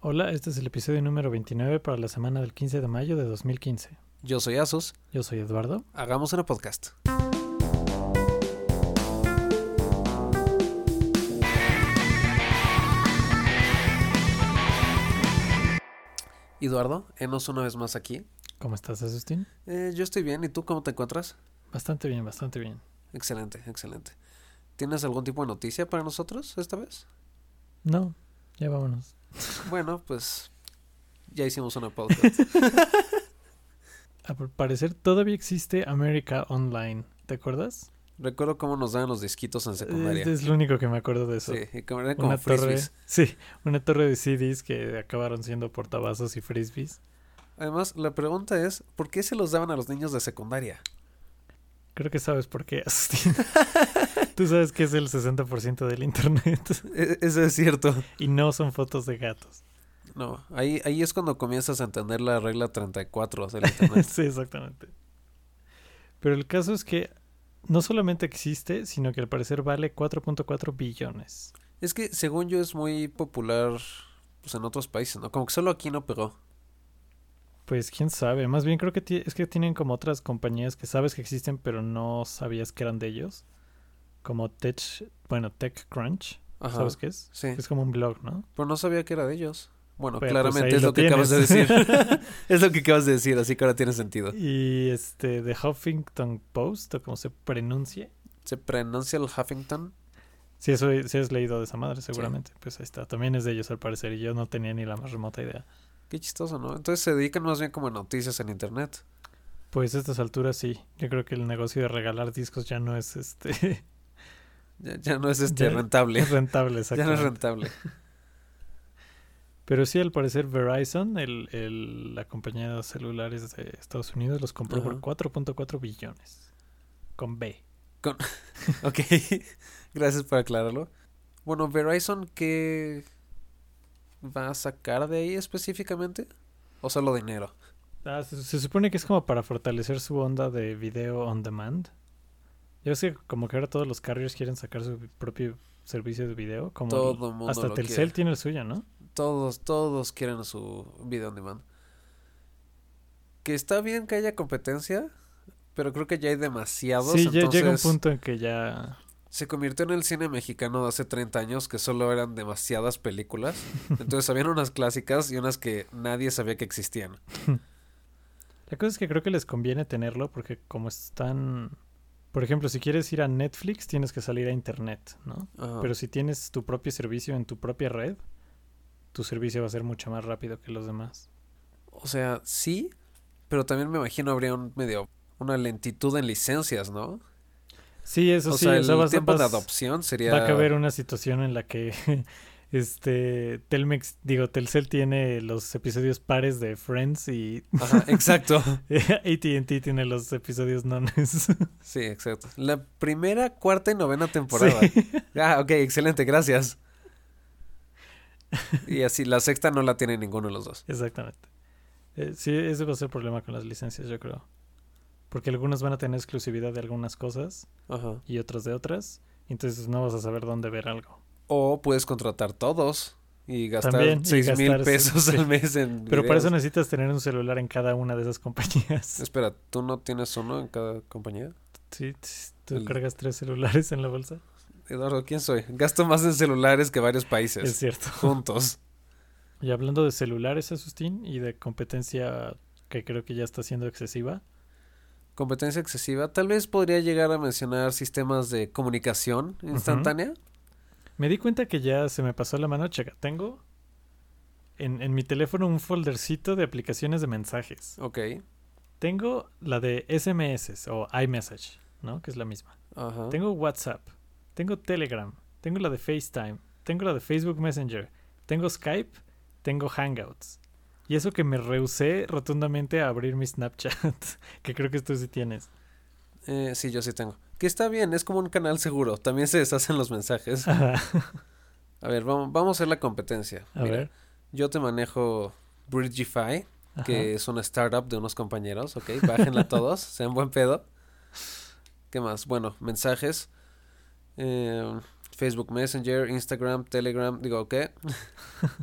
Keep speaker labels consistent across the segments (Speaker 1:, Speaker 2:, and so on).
Speaker 1: Hola, este es el episodio número 29 para la semana del 15 de mayo de 2015.
Speaker 2: Yo soy Asus,
Speaker 1: Yo soy Eduardo.
Speaker 2: hagamos una podcast. Eduardo, enos una vez más aquí.
Speaker 1: ¿Cómo estás, Asustín?
Speaker 2: Eh, yo estoy bien, ¿y tú cómo te encuentras?
Speaker 1: Bastante bien, bastante bien.
Speaker 2: Excelente, excelente. ¿Tienes algún tipo de noticia para nosotros esta vez?
Speaker 1: No, ya vámonos.
Speaker 2: Bueno, pues ya hicimos una podcast.
Speaker 1: Al parecer todavía existe América Online, ¿te acuerdas?
Speaker 2: Recuerdo cómo nos daban los disquitos en
Speaker 1: Este
Speaker 2: secundaria.
Speaker 1: es lo único que me acuerdo de eso.
Speaker 2: Sí, y como eran como
Speaker 1: Una torre,
Speaker 2: frisbees.
Speaker 1: sí, una torre de CDs que acabaron siendo portabazos y frisbees.
Speaker 2: Además, la pregunta es, ¿por qué se los daban a los niños de secundaria?
Speaker 1: Creo que sabes por qué, Asustín. Tú sabes que es el 60% del internet
Speaker 2: E- Eso es cierto.
Speaker 1: y no son fotos de gatos.
Speaker 2: No, ahí, ahí es cuando comienzas a entender la regla 34 del Internet.
Speaker 1: Sí, exactamente. Pero el caso es que no solamente existe, sino que al parecer vale 4.4 billones.
Speaker 2: es que, según yo, es muy popular pues, en otros países, ¿no? Como que solo aquí no pegó.
Speaker 1: Pues quién sabe, más bien creo que ti- es que tienen como otras compañías que sabes que existen pero no sabías que eran de ellos. Como Tech, bueno, TechCrunch,
Speaker 2: Ajá.
Speaker 1: ¿sabes qué es?
Speaker 2: Sí,
Speaker 1: Es como un blog, ¿no?
Speaker 2: pero no sabía que era de ellos. Bueno,
Speaker 1: Pero, pues,
Speaker 2: claramente
Speaker 1: ahí
Speaker 2: es lo,
Speaker 1: lo
Speaker 2: que acabas de
Speaker 1: tienes.
Speaker 2: decir. es lo que acabas de decir, así que ahora tiene sentido.
Speaker 1: Y este, The Huffington Post, o como se pronuncie.
Speaker 2: ¿Se pronuncia el Huffington?
Speaker 1: Si eso si has leído de esa madre, seguramente. Pues ahí está, también es de ellos al parecer y yo no tenía ni la más remota idea.
Speaker 2: Qué chistoso, ¿no? Entonces se dedican más bien como a noticias en Internet.
Speaker 1: Pues a estas alturas sí. Yo creo que el negocio de regalar discos ya no es este
Speaker 2: Ya, ya no es este
Speaker 1: Ya-
Speaker 2: rentable.
Speaker 1: es rentable,
Speaker 2: Ya no es
Speaker 1: exactamente.
Speaker 2: rentable.
Speaker 1: Pero sí, al parecer Verizon, el, el- la compañía de celulares de Estados Unidos, los compró
Speaker 2: Ajá.
Speaker 1: por 4.4 billones. Con B.
Speaker 2: Ok, gracias por aclararlo. Bueno, Verizon, ¿qué va a sacar de ahí específicamente? ¿O solo dinero?
Speaker 1: Ah, se, se supone que es como para fortalecer su onda de video on demand. Yo sé que como que ahora todos los carriers quieren sacar su propio servicio de video. Como el-
Speaker 2: Todo mundo
Speaker 1: hasta
Speaker 2: lo
Speaker 1: Telcel
Speaker 2: quiere.
Speaker 1: tiene el suyo, ¿no?
Speaker 2: Todos, todos quieren su video on demand. Que está bien que haya competencia, pero creo que ya hay demasiados.
Speaker 1: Sí, ya llega un
Speaker 2: entonces,
Speaker 1: punto en que ya...
Speaker 2: Se convirtió en el cine mexicano de hace 30 años que solo eran demasiadas películas. Entonces habían unas clásicas y unas que nadie sabía que existían.
Speaker 1: La cosa es que creo que les conviene tenerlo porque como están... Por ejemplo, si quieres ir a Netflix, tienes que salir a Internet, ¿no?
Speaker 2: Ajá.
Speaker 1: Pero si tienes tu propio servicio en tu propia red, tu servicio va a ser mucho más rápido que los demás.
Speaker 2: O sea, sí, pero también me imagino habría un medio una lentitud en licencias, ¿no?
Speaker 1: Sí, eso
Speaker 2: o
Speaker 1: sí.
Speaker 2: sea,
Speaker 1: o
Speaker 2: el
Speaker 1: sea, vas-
Speaker 2: tiempo de
Speaker 1: vas-
Speaker 2: adopción sería
Speaker 1: va a caber una situación en la que este Telmex, digo, Telcel tiene los episodios pares de Friends y
Speaker 2: Ajá, exacto.
Speaker 1: AT&T tiene los episodios nones.
Speaker 2: Sí, exacto. La primera, cuarta y novena temporada.
Speaker 1: Sí.
Speaker 2: Ah, ok, excelente, gracias. Y así, la sexta no la tiene ninguno de los dos.
Speaker 1: Exactamente. Eh, sí, ese va a ser el problema con las licencias, yo creo. Porque algunos van a tener exclusividad de algunas cosas
Speaker 2: Ajá.
Speaker 1: y otras de otras. y Entonces no vas a saber dónde ver algo.
Speaker 2: O puedes contratar todos y gastar
Speaker 1: También, y
Speaker 2: seis mil
Speaker 1: gastar, sí,
Speaker 2: pesos
Speaker 1: sí.
Speaker 2: al mes en
Speaker 1: Pero para eso
Speaker 2: videos.
Speaker 1: necesitas tener un celular en cada una de esas compañías.
Speaker 2: Espera, ¿tú no tienes uno en cada compañía?
Speaker 1: Sí, sí, tú
Speaker 2: El-
Speaker 1: cargas tres celulares en la bolsa.
Speaker 2: Eduardo, ¿quién soy? Gasto más en celulares que varios países.
Speaker 1: Es cierto.
Speaker 2: juntos.
Speaker 1: Y hablando de celulares, Asustín, y de competencia que creo que ya está siendo excesiva.
Speaker 2: Competencia excesiva. Tal vez podría llegar a mencionar sistemas de comunicación instantánea.
Speaker 1: Me di cuenta que ya se me pasó la mano. Checa, tengo en, en mi teléfono un foldercito de aplicaciones de mensajes.
Speaker 2: Ok.
Speaker 1: Tengo la de SMS o iMessage, ¿no? Que es la misma.
Speaker 2: Ajá.
Speaker 1: Tengo WhatsApp, tengo Telegram, tengo la de FaceTime, tengo la de Facebook Messenger, tengo Skype, tengo Hangouts. Y eso que me rehusé rotundamente a abrir mi Snapchat, que creo que tú sí tienes.
Speaker 2: Eh, sí, yo sí tengo. Que está bien, es como un canal seguro. También se deshacen los mensajes.
Speaker 1: Ajá,
Speaker 2: A ver, vamos, vamos a hacer la competencia.
Speaker 1: a
Speaker 2: Mira,
Speaker 1: ver.
Speaker 2: Yo te manejo Bridgify,
Speaker 1: ajá.
Speaker 2: que es una startup de unos compañeros. Ok, bájenla todos, sean buen pedo. ¿Qué más? Bueno, mensajes. Eh, Facebook Messenger, Instagram, Telegram, digo, ¿qué?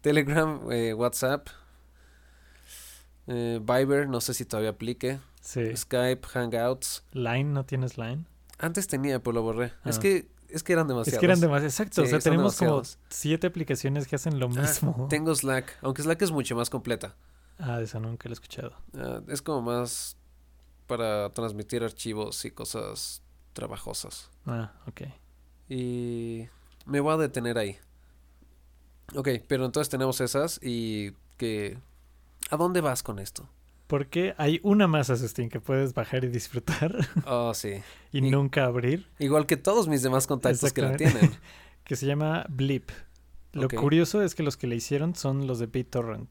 Speaker 2: Telegram, eh, WhatsApp, eh, Viber, no sé si todavía aplique,
Speaker 1: Sí.
Speaker 2: Skype, Hangouts.
Speaker 1: Line, ¿no tienes Line?
Speaker 2: Antes tenía, pero lo borré. Es
Speaker 1: Ah.
Speaker 2: que es que eran demasiados.
Speaker 1: Es que eran demasiados. Exacto, o
Speaker 2: Sí,
Speaker 1: sea,
Speaker 2: son
Speaker 1: tenemos
Speaker 2: demasiados.
Speaker 1: como siete aplicaciones que hacen lo
Speaker 2: Ah,
Speaker 1: mismo.
Speaker 2: Tengo Slack, aunque Slack es mucho más completa.
Speaker 1: Ah, de esa nunca la he escuchado.
Speaker 2: Ah, es como más para transmitir archivos y cosas trabajosas.
Speaker 1: Ah, ok.
Speaker 2: Y me voy a detener ahí. Ok, pero entonces tenemos esas y que... ¿A dónde vas con esto?
Speaker 1: Porque hay una más, Asustín, que puedes bajar y disfrutar
Speaker 2: Oh, sí.
Speaker 1: y
Speaker 2: Y-
Speaker 1: nunca abrir,
Speaker 2: Igual que todos mis demás contactos que la
Speaker 1: Exactamente.
Speaker 2: tienen.
Speaker 1: que se llama Blip. Lo
Speaker 2: Ok.
Speaker 1: curioso es que los que le hicieron son los de BitTorrent.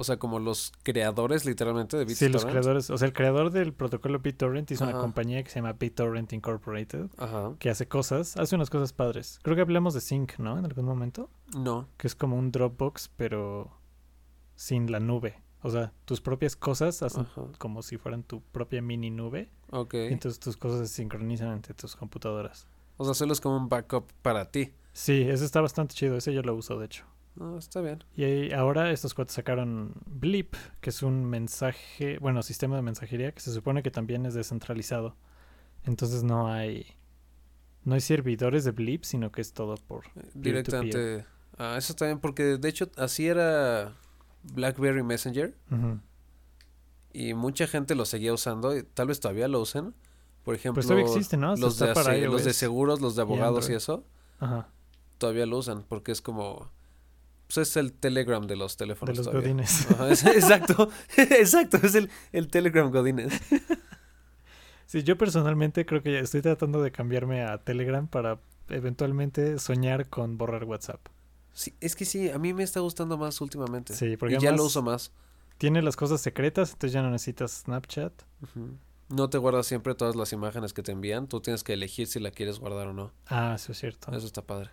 Speaker 2: O sea, como los creadores literalmente de
Speaker 1: Sí, los
Speaker 2: BitTorrent.
Speaker 1: creadores. O sea, el creador del protocolo BitTorrent hizo una
Speaker 2: Ajá.
Speaker 1: compañía que se llama BitTorrent Incorporated,
Speaker 2: Ajá.
Speaker 1: que hace cosas, hace unas cosas padres. Creo que hablamos de Sync, ¿no? En algún momento.
Speaker 2: No.
Speaker 1: Que es como un Dropbox, pero sin la nube. O sea, tus propias cosas hacen
Speaker 2: Ajá.
Speaker 1: como si fueran tu propia mini nube.
Speaker 2: Ah. Ok.
Speaker 1: y entonces tus cosas se sincronizan entre tus computadoras.
Speaker 2: O sea, solo es como un backup para ti.
Speaker 1: Sí, ese está bastante chido. Ese yo lo uso, de hecho.
Speaker 2: No, está bien.
Speaker 1: Y ahí- ahora estos cuates sacaron Blip, que es un mensaje, bueno, sistema de mensajería que se supone que también es descentralizado. Entonces no hay no hay servidores de Blip, sino que es todo por
Speaker 2: Directamente. Ah, eso está bien porque de hecho así era BlackBerry Messenger.
Speaker 1: Ujú.
Speaker 2: Y mucha gente lo seguía usando, y tal vez todavía lo usen. Por ejemplo,
Speaker 1: Pues todavía existe, ¿no? Hasta
Speaker 2: los, de
Speaker 1: está para
Speaker 2: ase- los de
Speaker 1: iOS.
Speaker 2: seguros, los de abogados y,
Speaker 1: Android.
Speaker 2: eso,
Speaker 1: Ajá,
Speaker 2: todavía lo usan porque es como... Pues es el Telegram de los
Speaker 1: de
Speaker 2: teléfonos
Speaker 1: los
Speaker 2: todavía.
Speaker 1: godines.
Speaker 2: Ajá, es- exacto, exacto, es el, el Telegram Godines.
Speaker 1: Sí, yo personalmente creo que ya estoy tratando de cambiarme a Telegram para eventualmente soñar con borrar WhatsApp.
Speaker 2: Sí, es que sí, a mí me está gustando más últimamente.
Speaker 1: Sí, porque
Speaker 2: y ya lo
Speaker 1: además
Speaker 2: uso más.
Speaker 1: tiene las cosas secretas, entonces ya no necesitas Snapchat.
Speaker 2: Ujú. No te guardas siempre todas las imágenes que te envían, tú tienes que elegir si la quieres guardar o no.
Speaker 1: Ah, eso es cierto.
Speaker 2: Eso está padre.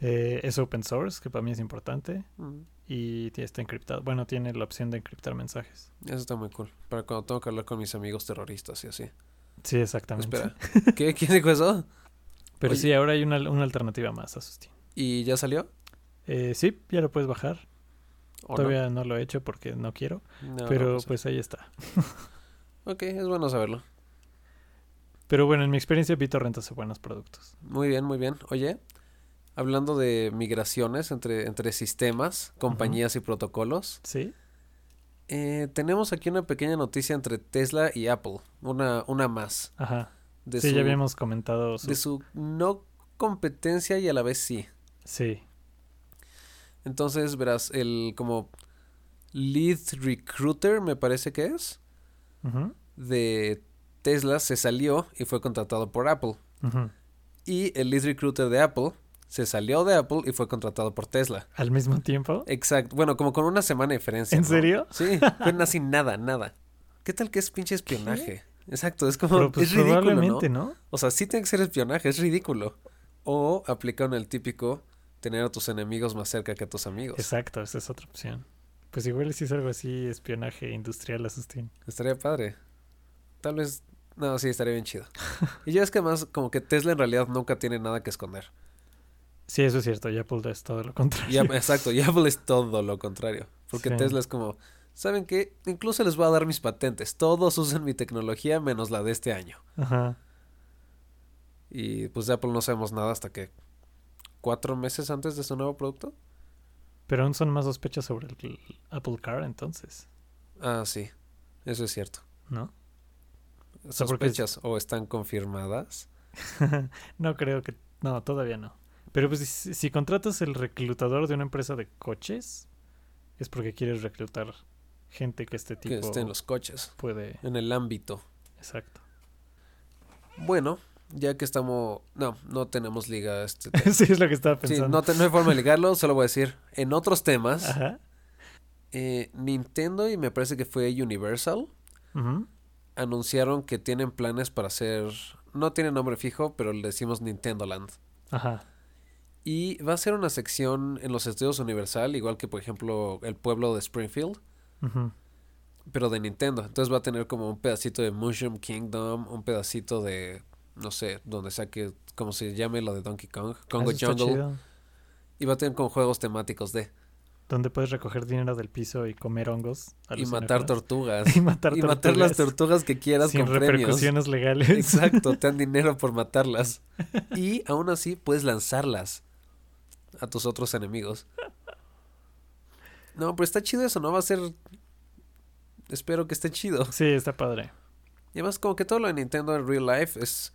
Speaker 1: Eh, es open source, que para mí es importante.
Speaker 2: Mm,
Speaker 1: y ti- está encriptado. Bueno, tiene la opción de encriptar mensajes.
Speaker 2: Eso está muy cool. Para cuando tengo que hablar con mis amigos terroristas y así.
Speaker 1: Sí, exactamente.
Speaker 2: Espera, ¿qué? ¿Quién dijo eso?
Speaker 1: Pero
Speaker 2: Oye.
Speaker 1: sí, ahora hay una, una alternativa más, Asustín.
Speaker 2: ¿Y ya salió?
Speaker 1: Eh, sí, ya lo puedes bajar.
Speaker 2: ¿O no?
Speaker 1: Todavía no? lo he hecho porque no quiero.
Speaker 2: No, no,
Speaker 1: pero
Speaker 2: no sé.
Speaker 1: pues ahí está.
Speaker 2: Ok, es bueno saberlo.
Speaker 1: Pero bueno, en mi experiencia, BitTorrent hace buenos productos.
Speaker 2: Muy bien, muy bien. Oye, hablando de migraciones entre, entre sistemas, compañías y protocolos,
Speaker 1: Sí.
Speaker 2: eh, tenemos aquí una pequeña noticia entre Tesla y Apple. Una, una más.
Speaker 1: Ajá.
Speaker 2: De
Speaker 1: sí,
Speaker 2: su,
Speaker 1: ya habíamos comentado. su-
Speaker 2: De su no competencia y a la vez sí.
Speaker 1: Sí.
Speaker 2: Entonces, verás, el como lead recruiter, me parece que es,
Speaker 1: Ujú,
Speaker 2: de Tesla se salió y fue contratado por Apple.
Speaker 1: ujú.
Speaker 2: Y el lead recruiter de Apple se salió de Apple y fue contratado por Tesla.
Speaker 1: Al mismo tiempo.
Speaker 2: Exacto. Bueno, como con una semana de diferencia.
Speaker 1: ¿En
Speaker 2: ¿no?
Speaker 1: serio?
Speaker 2: Sí, fue así nada, nada. ¿Qué tal que es pinche espionaje? Exacto, es como.
Speaker 1: Pero pues
Speaker 2: es ridículo, ¿no?
Speaker 1: probablemente, ¿no?
Speaker 2: O sea, sí tiene que ser espionaje, es ridículo. O aplicaron el típico tener a tus enemigos más cerca que a tus amigos.
Speaker 1: Exacto, esa es otra opción. Pues igual si es algo así, espionaje industrial, Asustín.
Speaker 2: Estaría padre. Tal vez. No, sí, estaría bien chido. Y ya es que además, como que Tesla en realidad nunca tiene nada que esconder.
Speaker 1: Sí, eso es cierto. Y Apple es todo lo contrario.
Speaker 2: Y Ap- exacto, y Apple es todo lo contrario. Porque
Speaker 1: Sí.
Speaker 2: Tesla es como, ¿saben qué? Incluso les voy a dar mis patentes. Todos usan mi tecnología menos la de este año.
Speaker 1: Ajá.
Speaker 2: Y pues de Apple no sabemos nada hasta que cuatro meses antes de su nuevo producto.
Speaker 1: Pero aún son más sospechas sobre el Apple Car, entonces,
Speaker 2: Ah, sí, eso es cierto.
Speaker 1: ¿no? sea, porque es-
Speaker 2: Sospechas o están confirmadas.
Speaker 1: no creo que... No, todavía no. Pero pues si, si contratas el reclutador de una empresa de coches, es porque quieres reclutar gente que este tipo
Speaker 2: Que estén los coches,
Speaker 1: puede...
Speaker 2: en el ámbito.
Speaker 1: Exacto.
Speaker 2: Bueno, ya que estamos... No, no tenemos liga a este tema.
Speaker 1: Eso es lo que estaba
Speaker 2: Sí,
Speaker 1: pensando.
Speaker 2: no, te- no hay forma de ligarlo, solo voy a decir, en otros temas...
Speaker 1: Ajá.
Speaker 2: eh, Nintendo y me parece que fue Universal
Speaker 1: Ujú.
Speaker 2: anunciaron que tienen planes para hacer, no tiene nombre fijo, pero le decimos Nintendo Land.
Speaker 1: Ajá.
Speaker 2: Y va a ser una sección en los estudios Universal, igual que por ejemplo el pueblo de Springfield,
Speaker 1: Ujú.
Speaker 2: pero de Nintendo. Entonces va a tener como un pedacito de Mushroom Kingdom, un pedacito de no sé, donde sea que, como se llame lo de Donkey Kong, Congo Jungle. Y va a tener como juegos temáticos de.
Speaker 1: Donde puedes recoger dinero del piso y comer hongos.
Speaker 2: Y matar tortugas.
Speaker 1: Y matar
Speaker 2: y matar las tortugas que quieras
Speaker 1: sin
Speaker 2: con premios.
Speaker 1: repercusiones legales.
Speaker 2: Exacto, te dan dinero por matarlas. Y aún así puedes lanzarlas a tus otros enemigos. No, pero está chido eso, ¿no? Va a ser... Espero que esté chido.
Speaker 1: Sí, está padre.
Speaker 2: Y además como que todo lo de Nintendo en real life es...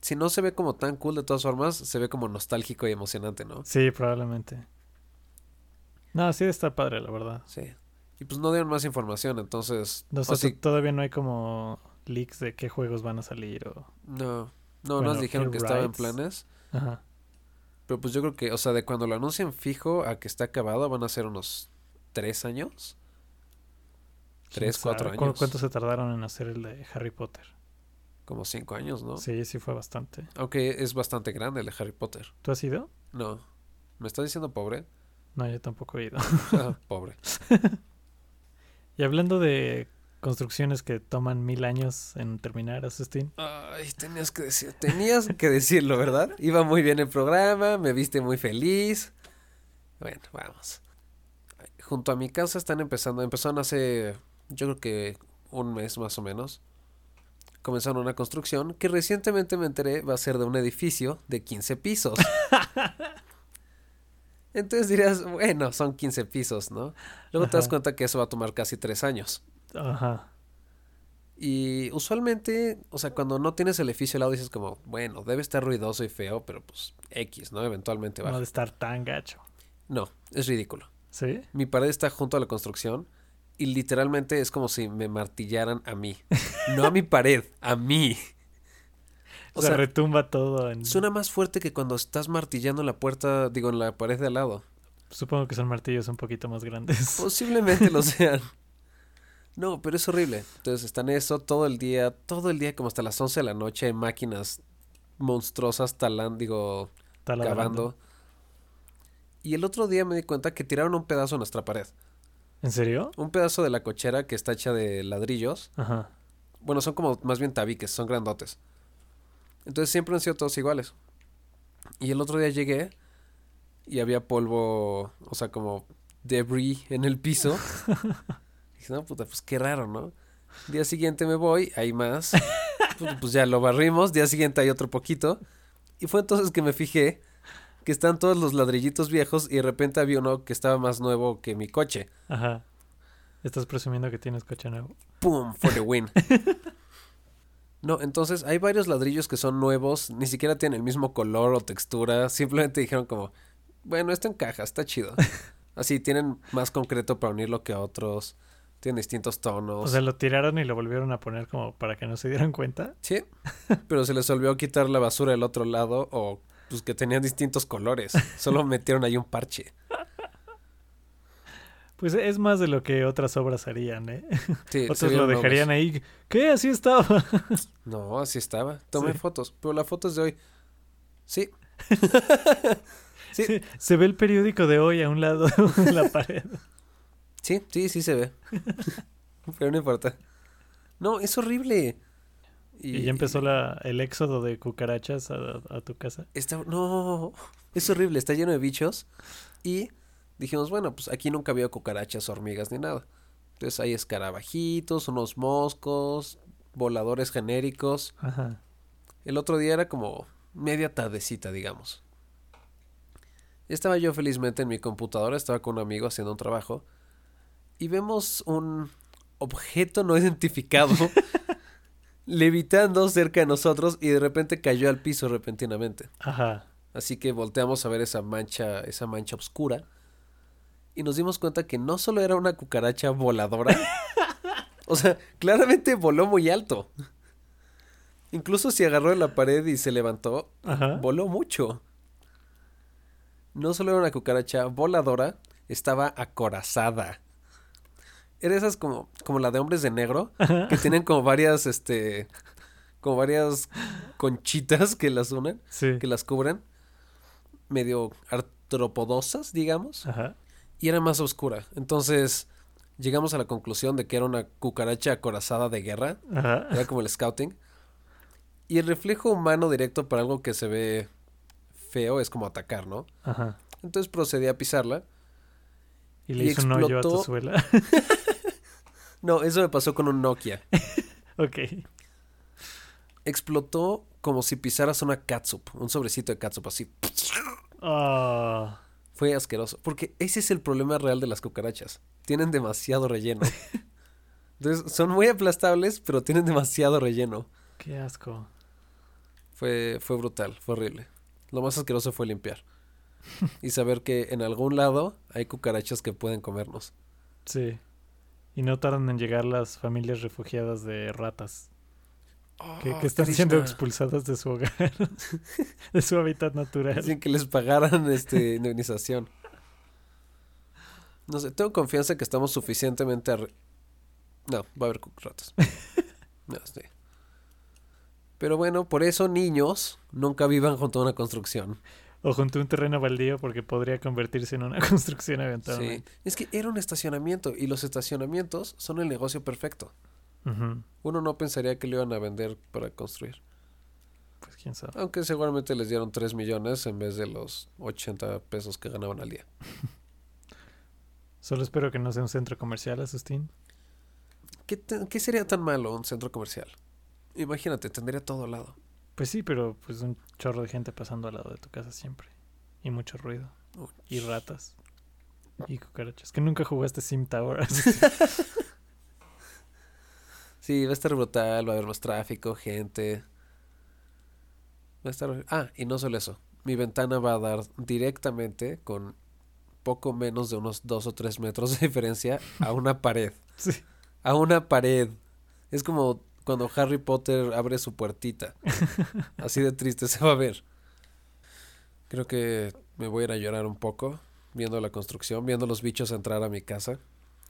Speaker 2: Si no se ve como tan cool de todas formas, se ve como nostálgico y emocionante, ¿no?
Speaker 1: Sí, probablemente. No, sí está padre, la verdad.
Speaker 2: Sí. Y pues no dieron más información, entonces...
Speaker 1: No
Speaker 2: o
Speaker 1: sé,
Speaker 2: sí-
Speaker 1: todavía no hay como leaks de qué juegos van a salir o...
Speaker 2: no, no,
Speaker 1: Bueno,
Speaker 2: nos dijeron
Speaker 1: ¿qué
Speaker 2: que estaba en
Speaker 1: rights?
Speaker 2: planes.
Speaker 1: Ajá.
Speaker 2: Pero pues yo creo que, o sea, de cuando lo anuncien fijo a que está acabado van a ser unos tres años. Tres,
Speaker 1: ¿Quién
Speaker 2: cuatro
Speaker 1: sabe? ¿Cu-
Speaker 2: años.
Speaker 1: ¿Cuánto se tardaron en hacer el de Harry Potter?
Speaker 2: Como cinco años, ¿no?
Speaker 1: Sí, sí fue bastante.
Speaker 2: Aunque es bastante grande el de Harry Potter.
Speaker 1: ¿Tú has ido?
Speaker 2: No. ¿Me estás diciendo pobre?
Speaker 1: No, yo tampoco he ido.
Speaker 2: Ah, pobre.
Speaker 1: Y hablando de construcciones que toman mil años en terminar, Asustín.
Speaker 2: Ay, tenías que, decir, tenías que decirlo, ¿verdad? Iba muy bien el programa, me viste muy feliz. Bueno, vamos. Junto a mi casa están empezando, empezaron hace, yo creo que un mes más o menos. Comenzaron una construcción que recientemente me enteré va a ser de un edificio de 15 pisos. Entonces dirías, bueno, son 15 pisos, ¿no? Luego te das
Speaker 1: Ajá.
Speaker 2: cuenta que eso va a tomar casi tres años.
Speaker 1: Ajá.
Speaker 2: Y usualmente, o sea, cuando no tienes el edificio al lado dices como, bueno, debe estar ruidoso y feo, pero pues X, ¿no? Eventualmente
Speaker 1: No ha
Speaker 2: va.
Speaker 1: de estar tan gacho.
Speaker 2: No, es ridículo.
Speaker 1: ¿Sí?
Speaker 2: Mi pared está junto a la construcción y literalmente es como si me martillaran a mí. No a mi pared, a mí.
Speaker 1: O,
Speaker 2: O
Speaker 1: sea,
Speaker 2: sea,
Speaker 1: retumba todo en...
Speaker 2: Suena más fuerte que cuando estás martillando en la puerta, digo, en la pared de al lado.
Speaker 1: Supongo que son martillos un poquito más grandes.
Speaker 2: Pues, Posiblemente lo sean. No, pero es horrible. Entonces están eso todo el día, todo el día como hasta las 11 de la noche, hay máquinas monstruosas talando, digo,
Speaker 1: taladrando.
Speaker 2: cavando. Y el otro día me di cuenta que tiraron un pedazo a nuestra pared.
Speaker 1: ¿En serio?
Speaker 2: Un pedazo de la cochera que está hecha de ladrillos.
Speaker 1: Ajá.
Speaker 2: Bueno, son como más bien tabiques, son grandotes. Entonces siempre han sido todos iguales. Y el otro día llegué y había polvo, o sea, como debris en el piso. dije, no, puta, pues qué raro, ¿no? Día siguiente me voy, hay más. Pues, pues ya lo barrimos, día siguiente hay otro poquito. Y fue entonces que me fijé que están todos los ladrillitos viejos y de repente había uno que estaba más nuevo que mi coche.
Speaker 1: Ajá. Estás presumiendo que tienes coche nuevo.
Speaker 2: ¡Pum! For the win. No, entonces hay varios ladrillos que son nuevos, ni siquiera tienen el mismo color o textura, simplemente dijeron como, bueno, esto encaja, está chido. Así tienen más concreto para unirlo que otros, tienen distintos tonos.
Speaker 1: O sea, lo tiraron y lo volvieron a poner como para que no se dieran cuenta.
Speaker 2: sí, pero se les olvidó quitar la basura del otro lado o pues que tenían distintos colores, solo metieron ahí un parche.
Speaker 1: Pues es más de lo que otras obras harían, ¿eh?
Speaker 2: Sí, se
Speaker 1: Otros lo
Speaker 2: vieron nuevos.
Speaker 1: dejarían ahí. ¿Qué? Así estaba.
Speaker 2: No, así estaba. Tomé
Speaker 1: Sí.
Speaker 2: fotos, pero la foto es de hoy. Sí. sí,
Speaker 1: Se ve el periódico de hoy a un lado de la pared.
Speaker 2: Sí, sí, sí se ve. Pero no importa. No, es horrible.
Speaker 1: Y, ya empezó la, el éxodo de cucarachas a, a tu casa.
Speaker 2: Está, no, es horrible, está lleno de bichos. Y dijimos, bueno, pues aquí nunca había cucarachas, hormigas ni nada. Entonces hay escarabajitos, unos moscos, voladores genéricos.
Speaker 1: Ajá.
Speaker 2: El otro día era como media tardecita, digamos. Estaba yo felizmente en mi computadora, estaba con un amigo haciendo un trabajo y vemos un objeto no identificado levitando cerca de nosotros y de repente cayó al piso repentinamente.
Speaker 1: Ajá.
Speaker 2: Así que volteamos a ver esa mancha, esa mancha oscura. Y nos dimos cuenta que no solo era una cucaracha voladora. o sea, claramente voló muy alto. Incluso si agarró de la pared y se levantó,
Speaker 1: Ajá.
Speaker 2: voló mucho. No solo era una cucaracha voladora, estaba acorazada. Era esas como, como la de hombres de negro, que tienen como varias, este, como varias conchitas que las unen
Speaker 1: Sí.
Speaker 2: que las cubren, medio artropodosas, digamos,
Speaker 1: Ajá.
Speaker 2: y era más oscura. Entonces llegamos a la conclusión de que era una cucaracha acorazada de guerra,
Speaker 1: Ajá.
Speaker 2: era como el scouting, Y el reflejo humano directo para algo que se ve feo es como atacar, ¿no?
Speaker 1: Ajá.
Speaker 2: Entonces procedí a pisarla.
Speaker 1: Y le
Speaker 2: Y
Speaker 1: hizo un hoyo a tu
Speaker 2: explotó.
Speaker 1: suela.
Speaker 2: No, eso me pasó con un Nokia.
Speaker 1: ok.
Speaker 2: Explotó como si pisaras una catsup, un sobrecito de catsup así.
Speaker 1: Ah.
Speaker 2: Fue asqueroso. Porque ese es el problema real de las cucarachas. Tienen demasiado relleno. Entonces, son muy aplastables, pero tienen demasiado relleno.
Speaker 1: Qué asco.
Speaker 2: Fue, fue brutal, fue horrible. Lo más asqueroso fue limpiar. Y saber que en algún lado hay cucarachas que pueden comernos.
Speaker 1: Sí. Y no tardan en llegar las familias refugiadas de ratas
Speaker 2: Ah,
Speaker 1: que, que están siendo expulsadas de su hogar, de su hábitat natural.
Speaker 2: Sin que les pagaran este, indemnización. No sé, tengo confianza que estamos suficientemente arre- No, va a haber cuc- ratas. No, sí. Pero bueno, por eso niños nunca vivan junto a una construcción.
Speaker 1: O junto a un terreno baldío porque podría convertirse en una construcción
Speaker 2: Sí.
Speaker 1: eventualmente.
Speaker 2: Es que era un estacionamiento y los estacionamientos son el negocio perfecto.
Speaker 1: Ujú.
Speaker 2: Uno no pensaría que lo iban a vender para construir.
Speaker 1: Pues quién sabe.
Speaker 2: Aunque seguramente les dieron 3 millones en vez de los 80 pesos que ganaban al día.
Speaker 1: Solo espero que no sea un centro comercial, Asustín.
Speaker 2: ¿Qué, te- qué sería tan malo un centro comercial? Imagínate, tendría todo al lado.
Speaker 1: Pues sí, pero pues un chorro de gente pasando al lado de tu casa siempre. Y mucho ruido.
Speaker 2: Oh,
Speaker 1: Y ratas. Y cucarachas. Que nunca jugaste Sim Tower.
Speaker 2: Sí, va a estar brutal, va a haber más tráfico, gente. Va a estar... Ah, y no solo eso. Mi ventana va a dar directamente con poco menos de unos 2 o 3 metros de diferencia a una pared.
Speaker 1: Sí.
Speaker 2: A una pared. Es como cuando Harry Potter abre su puertita. Así de triste se va a ver. Creo que me voy a ir a llorar un poco viendo la construcción, viendo los bichos entrar a mi casa.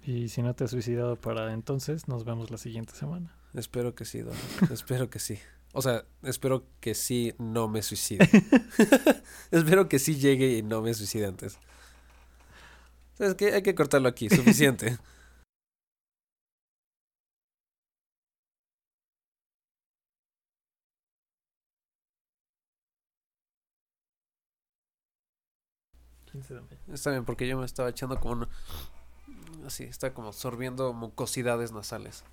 Speaker 1: y si no te has suicidado para entonces, nos vemos la siguiente semana.
Speaker 2: Espero que sí, Dora. espero que sí. O sea, espero que sí no me suicide. espero que sí llegue y no me suicide antes. ¿Sabes qué? Hay que cortarlo aquí, suficiente. Está bien, porque yo me estaba echando como un... Así, está como sorbiendo mucosidades nasales.